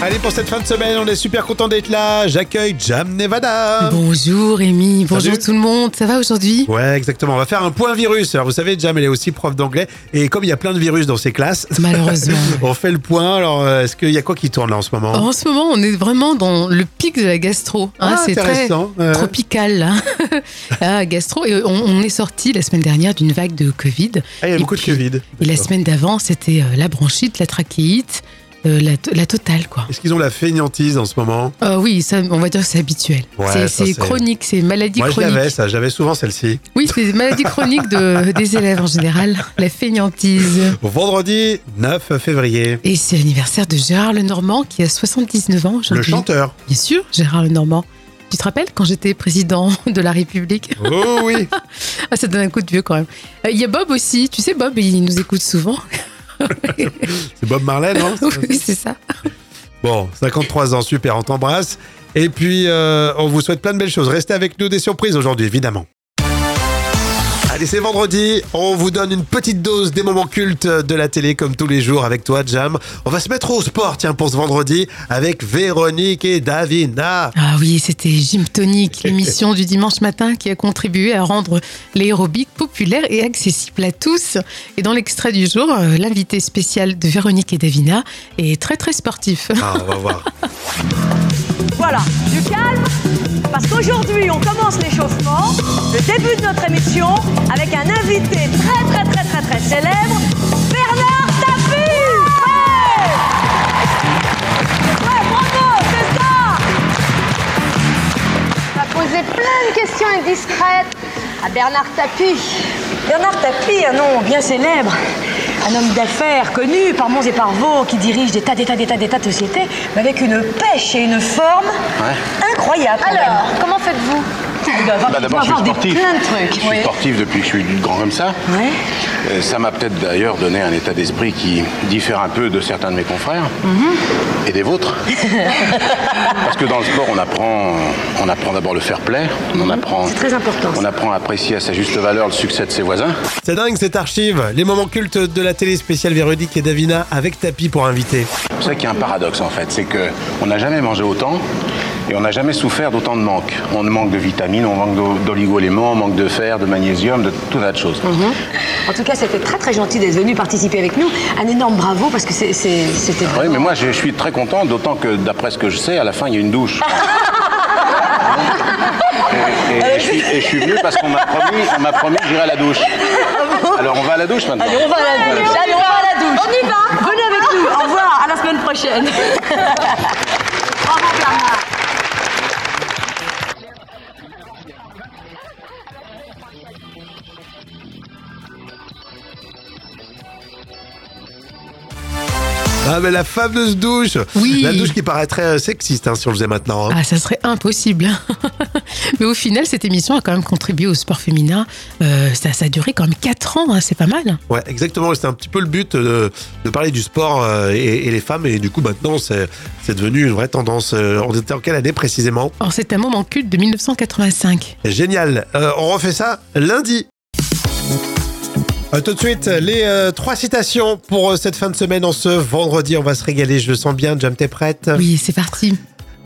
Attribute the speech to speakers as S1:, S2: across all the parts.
S1: Allez, pour cette fin de semaine, on est super content d'être là. J'accueille Jam Nevada.
S2: Bonjour Rémi, bonjour
S1: Salut.
S2: tout le monde, ça va aujourd'hui
S1: Ouais, exactement. On va faire un point virus. Alors, vous savez, Jam, elle est aussi prof d'anglais. Et comme il y a plein de virus dans ses classes,
S2: Malheureusement.
S1: on fait le point. Alors, euh, est-ce qu'il y a quoi qui tourne là en ce moment
S2: En ce moment, on est vraiment dans le pic de la gastro. hein,
S1: Ah,
S2: c'est très
S1: intéressant. Ouais.
S2: tropical, là. Ah, gastro. Et on, on est sorti la semaine dernière d'une vague de Covid.
S1: Ah, il y a
S2: Et
S1: beaucoup de
S2: puis,
S1: Covid.
S2: Et la
S1: D'accord.
S2: semaine d'avant, c'était euh, la bronchite, la trachéite, euh, la, to- la totale, quoi.
S1: Est-ce qu'ils ont la fainéantise en ce moment
S2: Euh, oui, ça, on va dire que c'est habituel.
S1: Ouais, ça,
S2: c'est c'est
S1: c'est-
S2: chronique, c'est maladie
S1: Moi, je
S2: chronique.
S1: l'avais, ça. J'avais souvent celle-ci.
S2: Oui, c'est maladie chronique de, des élèves en général, la fainéantise.
S1: Vendredi 9 février.
S2: Et c'est l'anniversaire de Gérard Lenormand qui a 79 ans.
S1: Le
S2: aujourd'hui.
S1: chanteur.
S2: Bien sûr, Gérard Lenormand. Tu te rappelles quand j'étais président de la République
S1: Oh oui.
S2: Ah, ça donne un coup de vieux quand même. Euh, Il y a Bob aussi. Tu sais, Bob, il nous écoute souvent.
S1: C'est Bob Marley, non
S2: oui, c'est ça.
S1: Bon, 53 ans, super, on t'embrasse. Et puis, euh, on vous souhaite plein de belles choses. Restez avec nous, des surprises aujourd'hui, évidemment. Allez, c'est vendredi, on vous donne une petite dose des moments cultes de la télé comme tous les jours avec toi, Jam. On va se mettre au sport, tiens, pour ce vendredi, avec Véronique et Davina.
S2: Ah oui, c'était Gym Tonic, l'émission du dimanche matin qui a contribué à rendre l'aérobic populaire et accessible à tous. Et dans l'extrait du jour, euh, l'invité spécial de Véronique et Davina est très très sportif.
S1: Ah, on va voir.
S3: Voilà, du calme, parce qu'aujourd'hui on commence l'échauffement, le début de notre émission, avec un invité très très très très très célèbre, Bernard Tapie Ouais Ouais, bravo, c'est ça
S4: On va poser plein de questions indiscrètes à Bernard Tapie.
S3: Bernard Tapie, un nom bien célèbre, un homme d'affaires connu par Mons et par Vaux, qui dirige des tas, des tas, des tas, des tas de sociétés, mais avec une pêche et une forme incroyable. quand
S4: Alors, comment faites-vous
S3: même. il doit avoir,
S5: Bah,
S3: il doit
S5: D'abord, je suis
S3: avoir des,
S5: sportif.
S3: plein de trucs.
S5: Je suis sportif depuis que je suis grand comme ça.
S3: Ouais.
S5: Euh, Ça m'a peut-être d'ailleurs donné un état d'esprit qui diffère un peu de certains de mes confrères
S3: Mhm.
S5: et des vôtres. Parce que dans le sport, on apprend, on apprend d'abord le fair play. On apprend.
S3: Mhm. C'est très important, ça.
S5: On apprend à apprécier à sa juste valeur le succès de ses voisins.
S1: C'est dingue cette archive, les moments cultes de la télé spéciale Véronique et Davina avec Tapi pour inviter.
S5: C'est ça qui est un paradoxe en fait, c'est que on n'a jamais mangé autant et on n'a jamais souffert d'autant de manques. On manque de vitamines, on manque d'o- d'oligo-éléments, on manque de fer, de magnésium, de tout un tas de choses.
S3: Mhm. En tout cas, c'était très très gentil d'être venu participer avec nous. Un énorme bravo parce que c'est- c'est- c'était
S5: Oui,
S3: vraiment...
S5: mais moi je je suis très content, d'autant que d'après ce que je sais, à la fin il y a une douche. Et, et- et je, suis, et je suis venu parce qu'on m'a promis, on m'a promis que j'irai à la douche. Alors on va à la douche maintenant.
S3: Allez, on va à la douche.
S4: on
S3: Allez, on va à la douche. On y va. Venez avec nous. Au revoir. À la semaine prochaine. Bravo Bernard.
S1: Ah, mais la fameuse douche
S2: Oui.
S1: La douche qui paraîtrait euh, sexiste hein, si on le faisait maintenant. hein.
S2: Ah, ça serait impossible. hein. Mais au final, cette émission a quand même contribué au sport féminin. Euh, ça, ça a duré quand même 4 ans, hein, c'est pas mal.
S1: Ouais, exactement. C'était un petit peu le but de, de parler du sport euh, et, et les femmes. Et du coup, maintenant, c'est c'est devenu une vraie tendance. Euh, On était en quelle année précisément
S2: Alors, Oh, c'est un moment culte de 1985.
S1: Génial. Euh, on refait ça lundi. Euh, tout de suite, les euh, trois citations pour euh, cette fin de semaine. En ce vendredi, on va se régaler. Je le sens bien. Jam, t'es prête
S2: Oui, c'est parti.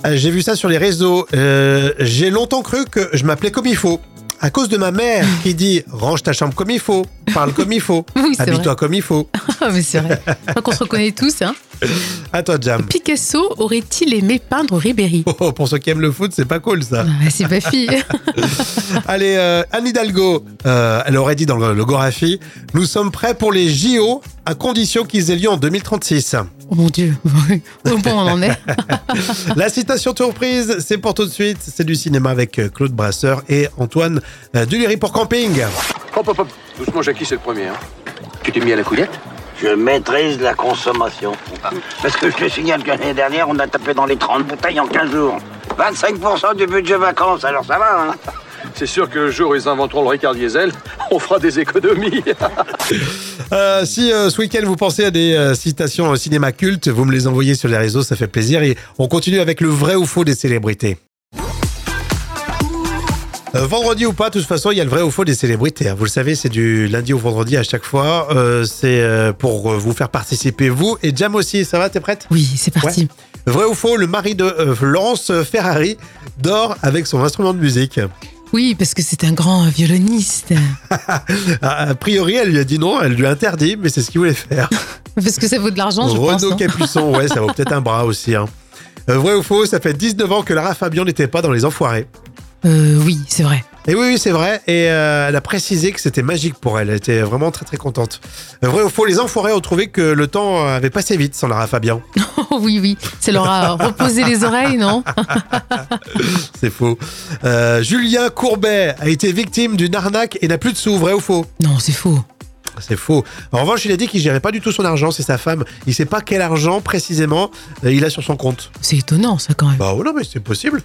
S1: Euh, J'ai vu ça sur les réseaux. Euh, J'ai longtemps cru que je m'appelais comme il faut. À cause de ma mère qui dit range ta chambre comme il faut, parle comme il faut,
S2: Oui, c'est vrai.
S1: habille-toi comme il faut.
S2: Ah, mais c'est vrai. Je crois qu'on se reconnaît tous. Hein.
S1: À toi, Jam.
S2: Picasso aurait-il aimé peindre Ribéry
S1: Oh, pour ceux qui aiment le foot, c'est pas cool ça.
S2: Ah, C'est ma fille.
S1: Allez, euh, Anne Hidalgo, euh, elle aurait dit dans le, le Gorafi Nous sommes prêts pour les JO à condition qu'ils aient lieu en 2036.
S2: Oh mon Dieu. Au bon, on en est.
S1: La citation surprise, c'est pour tout de suite. C'est du cinéma avec euh, Claude Brasseur et Antoine euh, Duléry pour Camping.
S6: Hop, hop, hop. Doucement, Jackie, c'est le premier. hein. Tu t'es mis à la coulette
S7: Je maîtrise la consommation. Parce que je te signale que l'année dernière, on a tapé dans les 30 bouteilles en 15 jours. 25% du budget vacances, alors ça va, hein
S6: C'est sûr que le jour où ils inventeront le Ricard Diesel, on fera des économies.
S1: Euh, si euh, ce week-end vous pensez à des euh, citations au cinéma culte, vous me les envoyez sur les réseaux, ça fait plaisir. Et on continue avec le vrai ou faux des célébrités. Euh, vendredi ou pas, de toute façon, il y a le vrai ou faux des célébrités. hein. Vous le savez, c'est du lundi au vendredi à chaque fois. Euh, c'est euh, pour euh, vous faire participer, vous et Jam aussi. Ça va, t'es prête
S2: Oui, c'est parti.
S1: Vrai ou faux, le mari de euh, Laurence Ferrari dort avec son instrument de musique.
S2: Oui, parce que c'est un grand violoniste.
S1: A a priori, elle lui a dit non, elle lui a interdit, mais c'est ce qu'il voulait faire.
S2: Parce que ça vaut de l'argent, je pense.
S1: Renaud
S2: hein.
S1: Capuçon, ouais, ça vaut peut-être un bras aussi. hein. Euh, Vrai ou faux, ça fait 19 ans que Lara Fabian n'était pas dans Les Enfoirés.
S2: Euh, oui, c'est vrai.
S1: Et oui, oui, c'est vrai. Et euh, elle a précisé que c'était magique pour elle. Elle était vraiment très, très contente. Euh, Vrai ou faux, les enfoirés ont trouvé que le temps avait passé vite sans Lara Fabian.
S2: Oh, oui, oui, ça leur a reposé les oreilles, non
S1: C'est faux. Euh, Julien Courbet a été victime d'une arnaque et n'a plus de sous. Vrai ou faux
S2: Non, c'est faux.
S1: C'est faux. En revanche, il a dit qu'il gérait pas du tout son argent. C'est sa femme. Il sait pas quel argent précisément euh, il a sur son compte.
S2: C'est étonnant, ça, quand même.
S1: Bah oh non, mais c'est possible.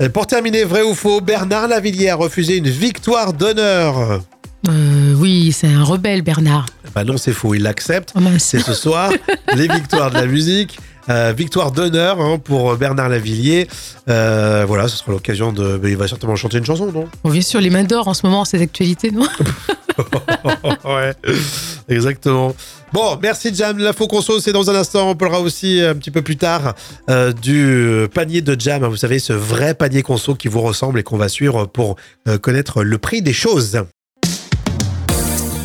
S1: Et pour terminer, vrai ou faux, Bernard Lavilliers a refusé une victoire d'honneur.
S2: Euh, oui, c'est un rebelle, Bernard.
S1: Bah non, c'est faux. Il l'accepte.
S2: Oh, mince.
S1: c'est ce soir, les victoires de la musique. euh, victoire d'honneur hein, pour Bernard Lavillier. Euh, voilà, ce sera l'occasion de. mais il va certainement chanter une chanson, non
S2: Bon, bien sûr, les mains d'or en ce moment, c'est d'actualité, non
S1: Ouais, exactement. Bon, merci Jam. L'info conso, c'est dans un instant. On parlera aussi un petit peu plus tard euh, du panier de Jam. Vous savez, ce vrai panier conso qui vous ressemble et qu'on va suivre pour euh, connaître le prix des choses.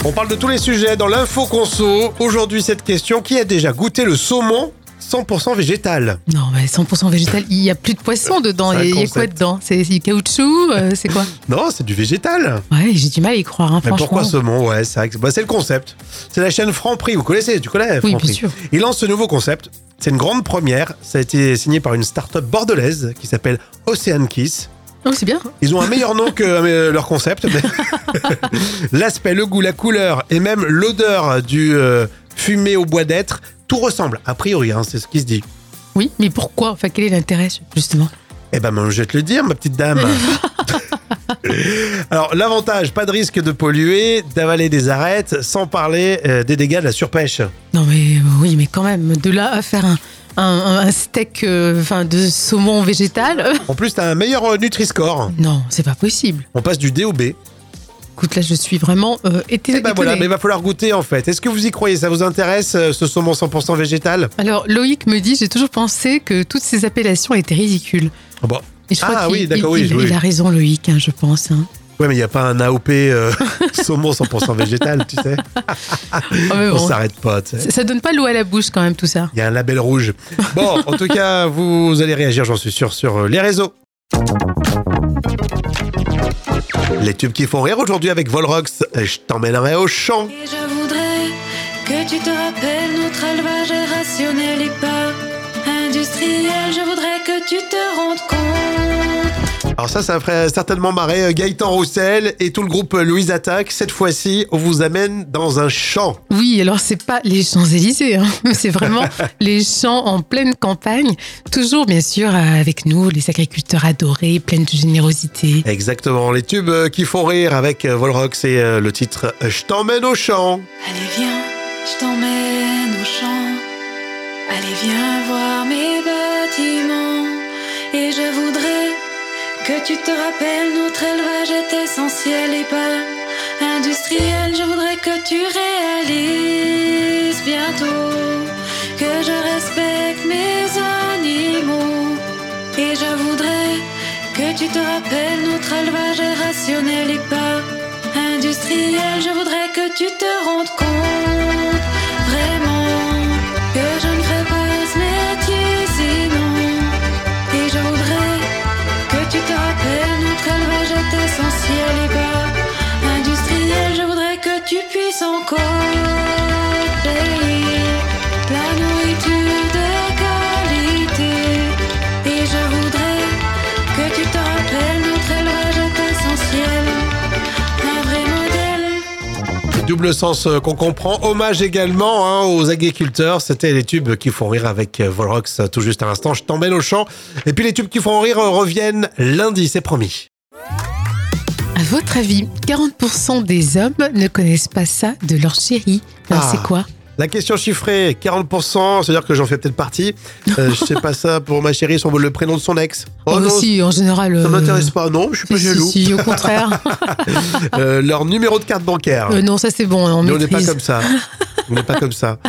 S1: On parle de tous les sujets dans l'info conso. Aujourd'hui, cette question qui a déjà goûté le saumon 100% végétal
S2: Non, mais 100% végétal, il n'y a plus de poisson dedans.
S1: C'est un
S2: Il y a- il y a quoi
S1: concept.
S2: dedans C'est du caoutchouc euh, C'est quoi
S1: Non, c'est du végétal.
S2: Ouais, j'ai du mal à y croire, hein,
S1: Mais
S2: franchement.
S1: pourquoi saumon Ouais, c'est vrai que- bah, c'est le concept. C'est la chaîne Franprix, vous connaissez, tu connais
S2: Oui,
S1: Franprix.
S2: bien sûr.
S1: Il lance ce nouveau concept. C'est une grande première. Ça a été signé par une start-up bordelaise qui s'appelle Ocean Kiss.
S2: Oh, c'est bien.
S1: Ils ont un meilleur nom que euh, leur concept. mais- L'aspect, le goût, la couleur et même l'odeur du euh, fumé au bois d'être, tout ressemble. A priori, hein, c'est ce qui se dit.
S2: Oui, mais pourquoi Enfin, quel est l'intérêt, justement
S1: Eh ben, ben, je vais te le dire, ma petite dame. Alors, l'avantage, pas de risque de polluer, d'avaler des arêtes, sans parler euh, des dégâts de la surpêche.
S2: Non, mais euh, oui, mais quand même, de là à faire un, un- un steak euh, enfin, de saumon végétal, euh,
S1: En plus, t'as un meilleur euh, Nutri-Score.
S2: non, c'est pas possible.
S1: On passe du D au B.
S2: Écoute, là, je suis vraiment euh, éton-
S1: Eh ben voilà,
S2: étonnée.
S1: mais il va falloir goûter en fait. Est-ce que vous y croyez Ça vous intéresse, euh, ce saumon 100% végétal
S2: Alors, Loïc me dit j'ai toujours pensé que toutes ces appellations étaient ridicules.
S1: Bon.
S2: Et je crois
S1: Ah
S2: qu'il-
S1: oui, d'accord,
S2: il,
S1: oui,
S2: il-
S1: oui. Oh,
S2: il a raison, Loïc, hein, je pense. hein.
S1: Ouais, mais il n'y a pas un AOP euh, saumon 100% végétal, tu sais.
S2: Oh, mais
S1: On
S2: bon,
S1: s'arrête pas, tu sais.
S2: ça, ça donne pas l'eau à la bouche, quand même, tout ça.
S1: Il y a un label rouge. Bon, en tout cas, vous allez réagir, j'en suis sûr, sur euh, les réseaux. Les tubes qui font rire aujourd'hui avec Volrox, euh, je t'emmènerai au champ.
S8: Et je voudrais que tu te rappelles notre élevage est rationnel et pas industriel. Je voudrais que tu te rendes compte.
S1: Alors ça, ça ferait certainement marrer euh, Gaëtan Roussel et tout le groupe euh, Louise Attaque. Cette fois-ci, on vous amène dans un champ.
S2: Oui, alors c'est pas les Champs-Élysées, hein. c'est vraiment les champs en pleine campagne. Toujours, bien sûr, euh, avec nous, les agriculteurs adorés, pleins de générosité.
S1: Exactement, les tubes euh, qui font rire avec euh, Volrox et euh, le titre euh, Je t'emmène au champ.
S8: Allez, viens, je t'emmène au champ. Allez, viens voir mes bâtiments. Et je voudrais que tu te rappelles notre élevage est essentiel et pas industriel. Je voudrais que tu réalises bientôt que je respecte mes animaux. Et je voudrais que tu te rappelles notre élevage est rationnel et pas industriel. Je voudrais que tu te rendes compte vraiment que je ne ferai pas ce métier sinon. Et je voudrais que tu te rappelles notre élevage est essentiel et pas industriel. Je voudrais que tu puisses encore payer la nourriture de qualité. Et je voudrais que tu te rappelles notre élevage est essentiel. Un vrai modèle.
S1: Double sens euh, qu'on comprend. Hommage également hein, aux agriculteurs. C'était les tubes qui font rire avec euh, Volrox euh, tout juste à l'instant. Je t'emmène au champ. Et puis les tubes qui font rire euh, reviennent lundi, c'est promis.
S2: À votre avis, 40% des hommes ne connaissent pas ça de leur chérie. Alors,
S1: Ah.
S2: c'est quoi
S1: La question chiffrée, 40%, c'est-à-dire que j'en fais peut-être partie. Euh, je sais pas ça pour ma chérie, son, le prénom de son ex. Oh,
S2: Oh,
S1: non,
S2: si, en général.
S1: ça
S2: euh,
S1: m'intéresse pas. Non, je suis pas
S2: si,
S1: jaloux. Ah.
S2: si, si, au contraire.
S1: Euh, leur numéro de carte bancaire.
S2: Euh, non, ça c'est bon, on
S1: Nous, on n'est pas
S2: maîtrise.
S1: comme ça. On n'est pas comme ça.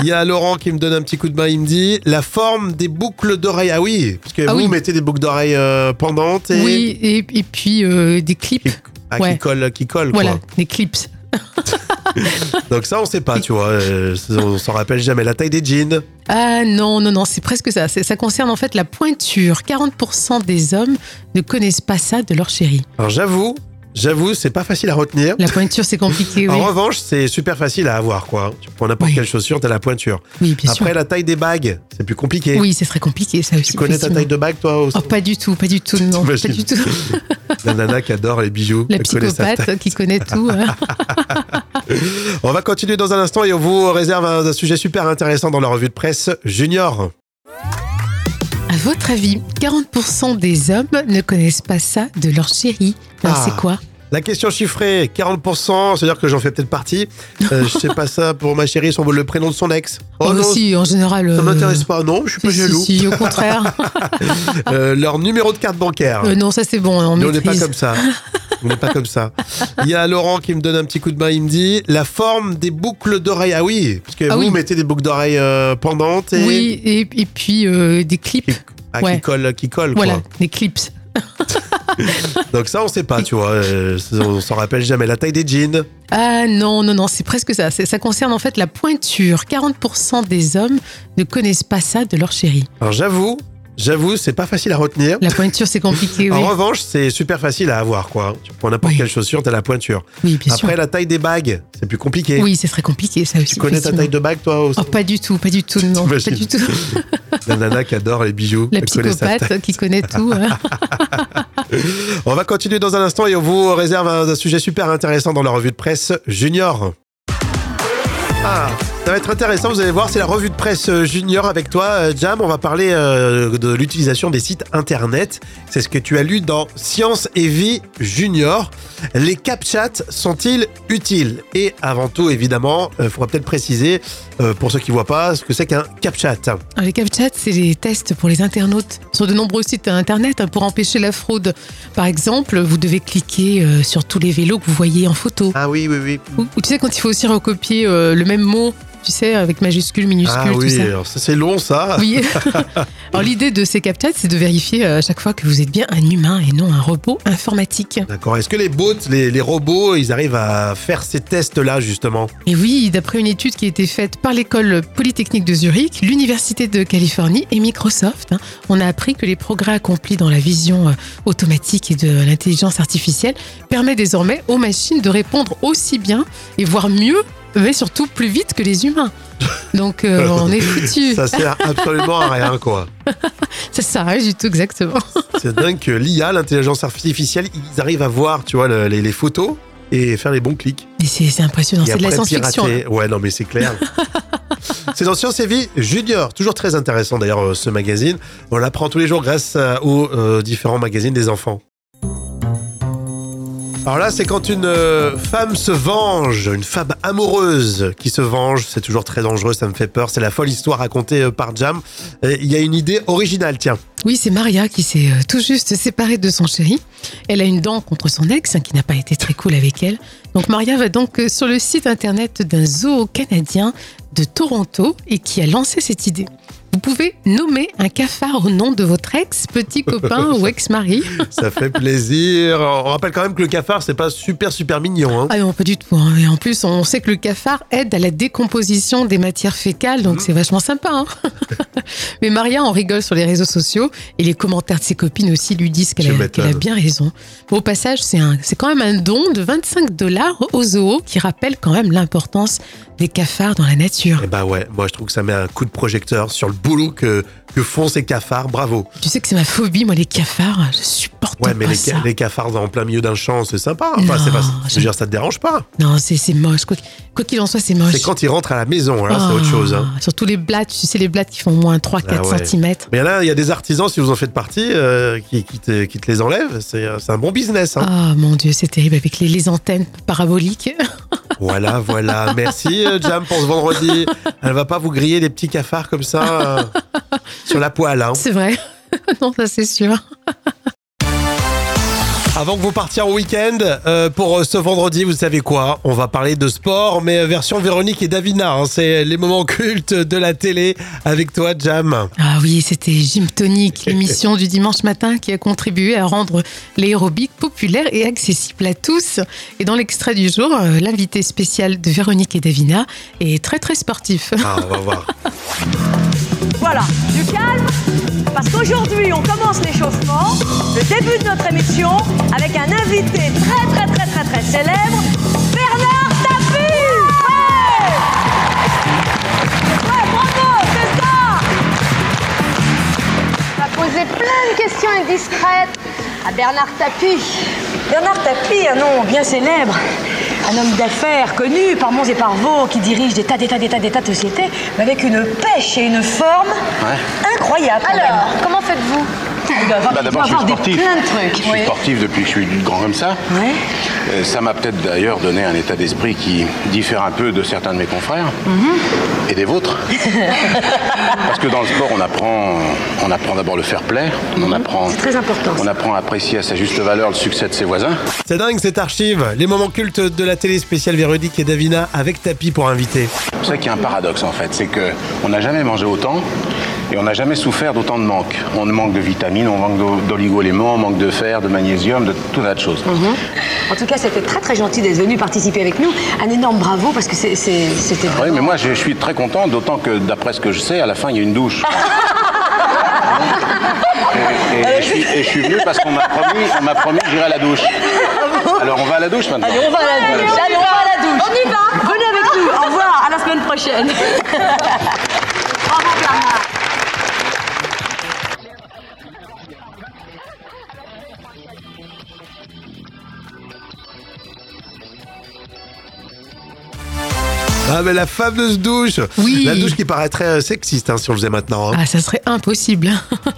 S1: Il y a Laurent qui me donne un petit coup de main. Il me dit la forme des boucles d'oreilles. Ah oui, parce que
S2: Ah
S1: vous
S2: oui.
S1: mettez des boucles d'oreilles euh, pendantes et
S2: Oui, et, et puis euh, des clips.
S1: qui, ah, qui
S2: Ouais.
S1: collent, qui collent,
S2: Voilà,
S1: quoi.
S2: des clips.
S1: Donc ça, on sait pas, tu vois. euh, on s'en rappelle jamais. La taille des jeans.
S2: Ah non, non, non, c'est presque ça. C'est- Ça concerne en fait la pointure. 40% des hommes ne connaissent pas ça de leur chéri.
S1: Alors j'avoue, j'avoue, c'est pas facile à retenir.
S2: La pointure, c'est compliqué, oui.
S1: En revanche, c'est super facile à avoir, quoi. Tu prends n'importe
S2: Oui.
S1: quelle chaussure, t'as la pointure.
S2: Oui, bien
S1: Après, la taille des bagues, c'est plus compliqué.
S2: sûr. Oui, c'est très compliqué, ça
S1: Tu
S2: aussi.
S1: connais ta
S2: effectivement.
S1: taille de bague, toi aussi
S2: Oh, pas du tout, pas du tout, non, pas
S1: T'imagines.
S2: du tout.
S1: La nana qui adore les bijoux.
S2: La
S1: elle connaît sa taille.
S2: psychopathe qui connaît tout. hein.
S1: On va continuer dans un instant et on vous réserve un, un sujet super intéressant dans la revue de presse Junior.
S2: À votre avis, 40% des hommes ne connaissent pas ça de leur chéri. Alors,
S1: Ah.
S2: c'est quoi
S1: La question chiffrée, 40%, c'est-à-dire que j'en fais peut-être partie. Euh, je sais pas ça pour ma chérie, son, le prénom de son ex. Oh
S2: Oh,
S1: non,
S2: si, en général.
S1: ça
S2: euh,
S1: m'intéresse pas. Non, je suis pas
S2: si,
S1: jaloux.
S2: si, si, au contraire.
S1: Euh, leur numéro de carte bancaire.
S2: Euh, non, ça c'est bon, on
S1: Mais Ah. on n'est
S2: maîtrise.
S1: pas comme ça. On n'est pas comme ça. Il y a Laurent qui me donne un petit coup de main. Il me dit la forme des boucles d'oreilles. Ah oui, parce que
S2: Ah
S1: vous
S2: oui.
S1: mettez des boucles d'oreilles euh, pendantes et
S2: Oui, et, et puis euh, des clips.
S1: Qui- ah, qui
S2: Ouais.
S1: collent, qui collent,
S2: Voilà,
S1: quoi.
S2: des clips.
S1: Donc ça, on sait pas, tu vois. euh, on s'en rappelle jamais. La taille des jeans.
S2: Ah non, non, non, c'est presque ça. C'est- Ça concerne en fait la pointure. 40% des hommes ne connaissent pas ça de leur chéri.
S1: Alors j'avoue, j'avoue, c'est pas facile à retenir.
S2: La pointure, c'est compliqué, oui.
S1: En revanche, c'est super facile à avoir, quoi. Tu prends n'importe
S2: Oui.
S1: quelle chaussure, t'as la pointure.
S2: Oui, bien
S1: Après, la taille des bagues, c'est plus compliqué.
S2: sûr. Oui, c'est très compliqué, ça
S1: Tu
S2: aussi.
S1: connais ta
S2: effectivement.
S1: taille de bague, toi aussi
S2: Oh, pas du tout, pas du tout, non, pas
S1: T'imagines.
S2: du tout.
S1: La nana qui adore les bijoux.
S2: La
S1: elle connaît sa taille.
S2: psychopathe qui connaît tout. hein.
S1: On va continuer dans un instant et on vous réserve un, un sujet super intéressant dans la revue de presse Junior. Ah, ça va être intéressant, vous allez voir, c'est la revue de presse Junior avec toi, euh, Jam. On va parler euh, de l'utilisation des sites internet. C'est ce que tu as lu dans Science et Vie Junior. Les CapChats sont-ils utiles Et avant tout, évidemment, il faudra peut-être préciser, euh, pour ceux qui ne voient pas, ce que c'est qu'un CapChat.
S2: Alors, les CapChat, c'est les tests pour les internautes sur de nombreux sites internet hein, pour empêcher la fraude. Par exemple, vous devez cliquer euh, sur tous les vélos que vous voyez en photo.
S1: Ah oui, oui, oui.
S2: Ou, ou tu sais, quand il faut aussi recopier euh, le même mot, tu sais, avec majuscule, minuscule,
S1: Ah
S2: tout
S1: oui,
S2: ça.
S1: alors ça, c'est long ça.
S2: Oui. Alors l'idée de ces captchats, c'est de vérifier euh, à chaque fois que vous êtes bien un humain et non un robot informatique.
S1: D'accord. Est-ce que les bots, les, les robots, ils arrivent à faire ces tests-là, justement
S2: Et oui, d'après une étude qui a été faite par l'école polytechnique de Zurich, l'université de Californie et Microsoft, hein, on a appris que les progrès accomplis dans la vision euh, automatique et de l'intelligence artificielle permettent désormais aux machines de répondre aussi bien et voire mieux, mais surtout plus vite que les humains. Donc euh, on est foutu.
S1: Ça sert absolument à rien, quoi.
S2: Ça sert à rien du tout exactement.
S1: C'est dingue que l'IA, l'intelligence artificielle, ils arrivent à voir, tu vois, le- les, les photos et faire les bons clics.
S2: Et c'est c'est impressionnant,
S1: Et
S2: c'est de la
S1: après,
S2: science-fiction.
S1: pirater. Ouais, non, mais c'est clair. C'est dans Science et Vie Junior, toujours très intéressant d'ailleurs euh, ce magazine. On l'apprend tous les jours grâce à- aux euh, différents magazines des enfants. Alors là, c'est quand une euh, femme se venge, une femme amoureuse qui se venge. C'est toujours très dangereux, ça me fait peur. C'est la folle histoire racontée euh, par Jam. Et Il y a une idée originale, tiens.
S2: Oui, c'est Maria qui s'est euh, tout juste séparée de son chéri. Elle a une dent contre son ex hein, qui n'a pas été très cool avec elle. Donc Maria va donc euh, sur le site internet d'un zoo canadien de Toronto et qui a lancé cette idée. Vous pouvez nommer un cafard au nom de votre ex, petit copain ou ex-mari.
S1: Ça fait plaisir. On rappelle quand même que le cafard, c'est pas super, super mignon. hein.
S2: Ah non, pas du tout. hein. Et en plus, on sait que le cafard aide à la décomposition des matières fécales,
S1: Mm.
S2: donc c'est vachement sympa. hein. Mais Maria en rigole sur les réseaux sociaux et les commentaires de ses copines aussi lui disent qu'elle
S1: Tu
S2: a,
S1: m'étonnes.
S2: qu'elle a bien raison. Bon, au passage, c'est un- c'est quand même un don de 25 dollars au zoo qui rappelle quand même l'importance des cafards dans la nature.
S1: Eh bah ouais, moi je trouve que ça met un coup de projecteur sur le boulot que, que font ces cafards, bravo.
S2: Tu sais que c'est ma phobie, moi, les cafards, je supporte
S1: Ouais, mais
S2: pas
S1: les,
S2: ça.
S1: ca- les cafards en plein milieu d'un champ, c'est sympa. Enfin, c'est pas,
S2: Non,
S1: je veux dire, ça te dérange pas.
S2: Non, c'est c'est moche. Quoi qu'- quoi qu'il en soit, c'est moche.
S1: C'est quand ils rentrent à la maison, là, c'est autre
S2: Ah,
S1: chose. hein.
S2: Surtout les blattes, tu sais, les blattes qui font moins 3-4
S1: Ah ouais.
S2: cm.
S1: Mais là, il y a des artisans, si vous en faites partie, euh, qui, qui te, qui te les enlèvent. C'est euh, c'est un bon business. hein.
S2: Ah mon dieu, c'est terrible avec les, les antennes paraboliques.
S1: Voilà, voilà. Merci, euh, Jam, pour ce vendredi. Elle va pas vous griller des petits cafards comme ça euh, sur la poêle. hein.
S2: C'est vrai. non, ça c'est sûr.
S1: Avant que vous partiez en week-end, euh, pour euh, ce vendredi, vous savez quoi On va parler de sport, mais euh, version Véronique et Davina. hein. c'est les moments cultes de la télé avec toi, Jam.
S2: Ah oui, c'était Gym Tonic, l'émission du dimanche matin qui a contribué à rendre l'aérobic populaire et accessible à tous. Et dans l'extrait du jour, euh, l'invité spécial de Véronique et Davina est très très sportif.
S1: Ah, on va voir.
S3: Voilà, du calme, parce qu'aujourd'hui, on commence l'échauffement, le début de notre émission, avec un invité très, très, très, très, très célèbre, Bernard Tapie Ouais Ouais, bravo, c'est ça
S4: On va poser plein de questions indiscrètes à Bernard Tapie.
S3: Bernard Tapie, un nom bien célèbre, un homme d'affaires connu par Mons et par Vaux, qui dirige des tas, des tas, des tas, des tas de sociétés, mais avec une pêche et une forme incroyable.
S4: Alors, comment faites-vous
S5: Bah, D'abord, je suis sportif.
S3: plein de trucs.
S5: Je suis
S3: Ouais.
S5: sportif depuis que je suis grand comme ça.
S3: Ouais.
S5: Euh, Ça m'a peut-être d'ailleurs donné un état d'esprit qui diffère un peu de certains de mes confrères
S3: Mhm.
S5: et des vôtres. Parce que dans le sport, on apprend, on apprend d'abord le fair play. On apprend.
S3: Mhm. C'est très important,
S5: On apprend à apprécier à sa juste valeur le succès de ses voisins.
S1: C'est dingue cette archive. Les moments cultes de la télé spéciale Véronique et Davina avec Tapi pour inviter.
S5: C'est ça qui est un paradoxe en fait, c'est que on n'a jamais mangé autant et on n'a jamais souffert d'autant de manques. On manque de vitamines, on manque d'o- d'oligo-éléments, on manque de fer, de magnésium, de tout un tas de choses.
S3: Mhm. En tout cas, c'était très très gentil d'être venu participer avec nous. Un énorme bravo parce que c'est- c'est- c'était
S5: Ah Oui, mais moi je je suis très content, d'autant que d'après ce que je sais, à la fin il y a une douche. Et, et- et je, suis, et je suis venu parce qu'on m'a promis, on m'a promis que j'irai à la douche. Alors on va à la douche maintenant.
S3: on va à la douche. Allez, on va à la douche. On y va. Venez avec nous. Au revoir. À la semaine prochaine. Bravo Bernard.
S1: Ah, mais la fameuse douche.
S2: Oui.
S1: La douche qui paraîtrait euh, sexiste hein, si on le faisait maintenant. hein.
S2: Ah, ça serait impossible.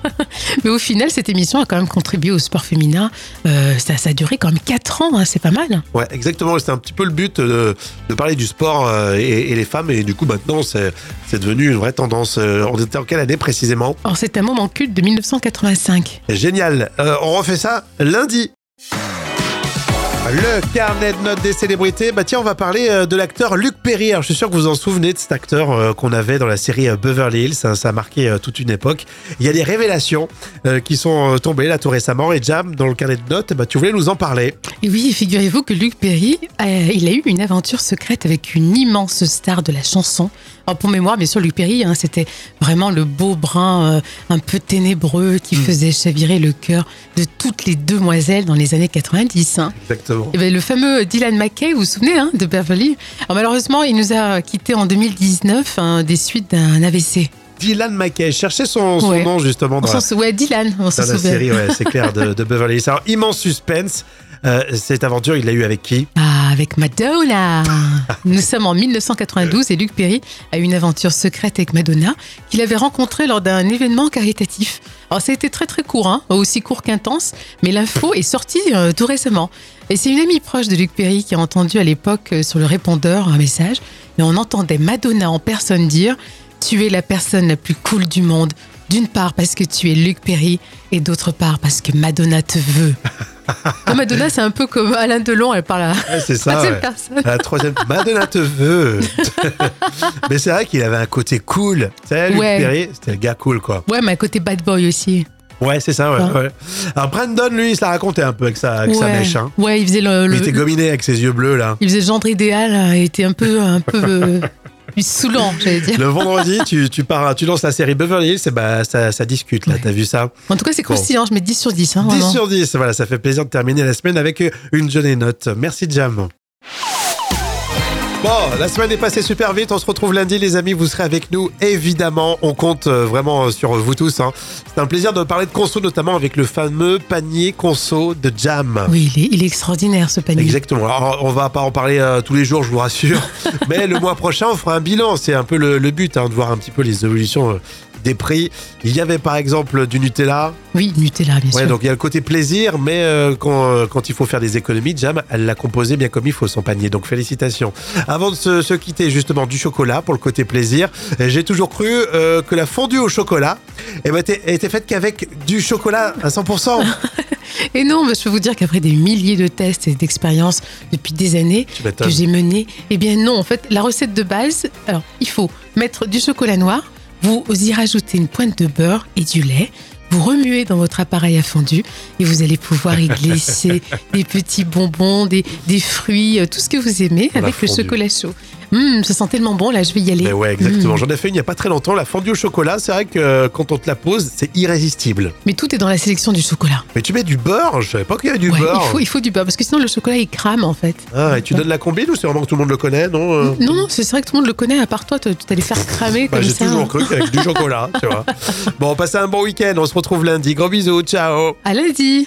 S2: Mais au final, cette émission a quand même contribué au sport féminin. Euh, ça, ça a duré quand même 4 ans, hein, c'est pas mal.
S1: Ouais, exactement. C'était un petit peu le but de, de parler du sport euh, et, et les femmes. Et du coup, maintenant, c'est c'est devenu une vraie tendance. Euh, On était en quelle année précisément
S2: Alors, c'est un moment culte de 1985.
S1: Génial. Euh, on refait ça lundi. Le carnet de notes des célébrités. Bah tiens, on va parler euh, de l'acteur Luc Perry. Alors, je suis sûr que vous vous en souvenez de cet acteur euh, qu'on avait dans la série euh, Beverly Hills. Ça, ça a marqué euh, toute une époque. Il y a des révélations euh, qui sont euh, tombées là tout récemment. Et Jam, dans le carnet de notes, bah, tu voulais nous en parler.
S2: Et oui, figurez-vous que Luc Perry, euh, il a eu une aventure secrète avec une immense star de la chanson. Alors pour mémoire, bien sûr, Luc Perry, hein, c'était vraiment le beau brun euh, un peu ténébreux
S1: Mm.
S2: qui faisait chavirer le cœur de toutes les demoiselles dans les années 90. hein.
S1: Exactement.
S2: Eh ben, le fameux Dylan McKay, vous vous souvenez hein, de Beverly Alors, Malheureusement, il nous a quittés en 2019 hein, des suites d'un AVC.
S1: Dylan McKay. Cherchez son, son
S2: Ouais.
S1: nom justement
S2: On
S1: dans, la-
S2: s'en sou- ouais, Dylan, on s'en
S1: dans la
S2: souvient.
S1: série. Ouais, c'est clair de, de Beverly Hills. Alors immense suspense. Euh, cette aventure, il l'a eu avec qui
S2: Ah, avec Madonna Nous sommes en 1992 et Luc Perry a eu une aventure secrète avec Madonna qu'il avait rencontrée lors d'un événement caritatif. Alors, ça a été très très court, hein, aussi court qu'intense, mais l'info est sortie euh, tout récemment. Et c'est une amie proche de Luc Perry qui a entendu à l'époque euh, sur le répondeur un message, mais on entendait Madonna en personne dire « Tu es la personne la plus cool du monde, d'une part parce que tu es Luc Perry et d'autre part parce que Madonna te veut. » Madonna, c'est un peu comme Alain Delon, elle parle à
S1: Ouais, C'est ça.
S2: troisième
S1: ouais.
S2: personne.
S1: La troisième, Madonna te veut. Mais c'est vrai qu'il avait un côté cool. Tu sais, Luc
S2: Ouais.
S1: Perry, c'était le gars cool, quoi.
S2: Ouais, mais à côté bad boy aussi.
S1: Ouais, c'est ça, ouais,
S2: Ouais.
S1: ouais. Alors, Brandon, lui, il se la racontait un peu avec sa, avec
S2: Hein ouais.
S1: sa mèche. hein.
S2: Ouais, il faisait le,
S1: Il
S2: le-
S1: était gominé avec ses yeux bleus, là.
S2: il faisait le gendre idéal, euh, il était un peu un peu euh, saoulant, j'allais dire.
S1: Le vendredi, tu, tu pars, tu lances la série Beverly Hills, et bah, ça, ça discute, là. T'as vu ça
S2: En tout cas, c'est
S1: Bon.
S2: croustillant, je mets 10 sur 10 hein,
S1: 10
S2: vraiment.
S1: sur 10. Voilà, ça fait plaisir de terminer la semaine avec une jolie note. Merci, Jam. Bon, la semaine est passée super vite. On se retrouve lundi, les amis. Vous serez avec nous, évidemment. On compte euh, vraiment euh, sur vous tous. hein. C'est un plaisir de parler de conso, notamment avec le fameux panier conso de Jam.
S2: Oui, il est, il est extraordinaire ce panier.
S1: Exactement. Alors, on va pas en parler euh, tous les jours, je vous rassure. Mais le mois prochain, on fera un bilan. C'est un peu le, le but, hein, de voir un petit peu les évolutions euh, des prix. Il y avait par exemple du Nutella,
S2: Oui, Nutella bien
S1: Ouais,
S2: sûr.
S1: donc il y a le côté plaisir, mais euh, quand, euh, quand il faut faire des économies, Jam, elle l'a composé bien comme il faut son panier. Donc félicitations. Avant de se, se quitter, justement, du chocolat pour le côté plaisir, euh, j'ai toujours cru euh,
S2: Ah
S1: que la fondue au chocolat eh ben, était, était faite qu'avec du chocolat à 100%.
S2: Et non, mais je peux vous dire qu'après des milliers de tests et d'expériences depuis des années
S1: Tu
S2: que
S1: m'étonnes.
S2: j'ai menées, eh bien non, en fait, la recette de base, alors il faut mettre du chocolat noir, vous y rajoutez une pointe de beurre et du lait, vous remuez dans votre appareil à fondu et vous allez pouvoir y glisser des petits bonbons, des, des fruits, euh, tout ce que vous aimez
S1: On a
S2: avec le
S1: fondu.
S2: chocolat chaud. Hum, ça sent tellement bon, là je vais y aller.
S1: Mais ouais, exactement.
S2: Mm.
S1: J'en ai fait une il n'y a pas très longtemps, la fondue au chocolat. C'est vrai que euh, quand on te la pose, c'est irrésistible.
S2: Hum. Mais tout est dans la sélection du chocolat.
S1: Mais tu mets du beurre Je savais pas qu'il y avait du
S2: Ouais,
S1: beurre.
S2: il, faut, il faut du beurre parce que sinon le chocolat il crame en fait.
S1: Ah, et tu donnes la combine ou c'est vraiment que tout le monde le connaît, non euh
S2: Non, non, c'est vrai que tout le monde le connaît, à part toi, tu t'allais faire cramer
S1: Bah,
S2: comme
S1: J'ai
S2: ça. hein.
S1: toujours cru qu'avec du chocolat, tu vois. Bon, passez un bon week-end. On se retrouve lundi. Gros bisous. Ciao.
S2: À lundi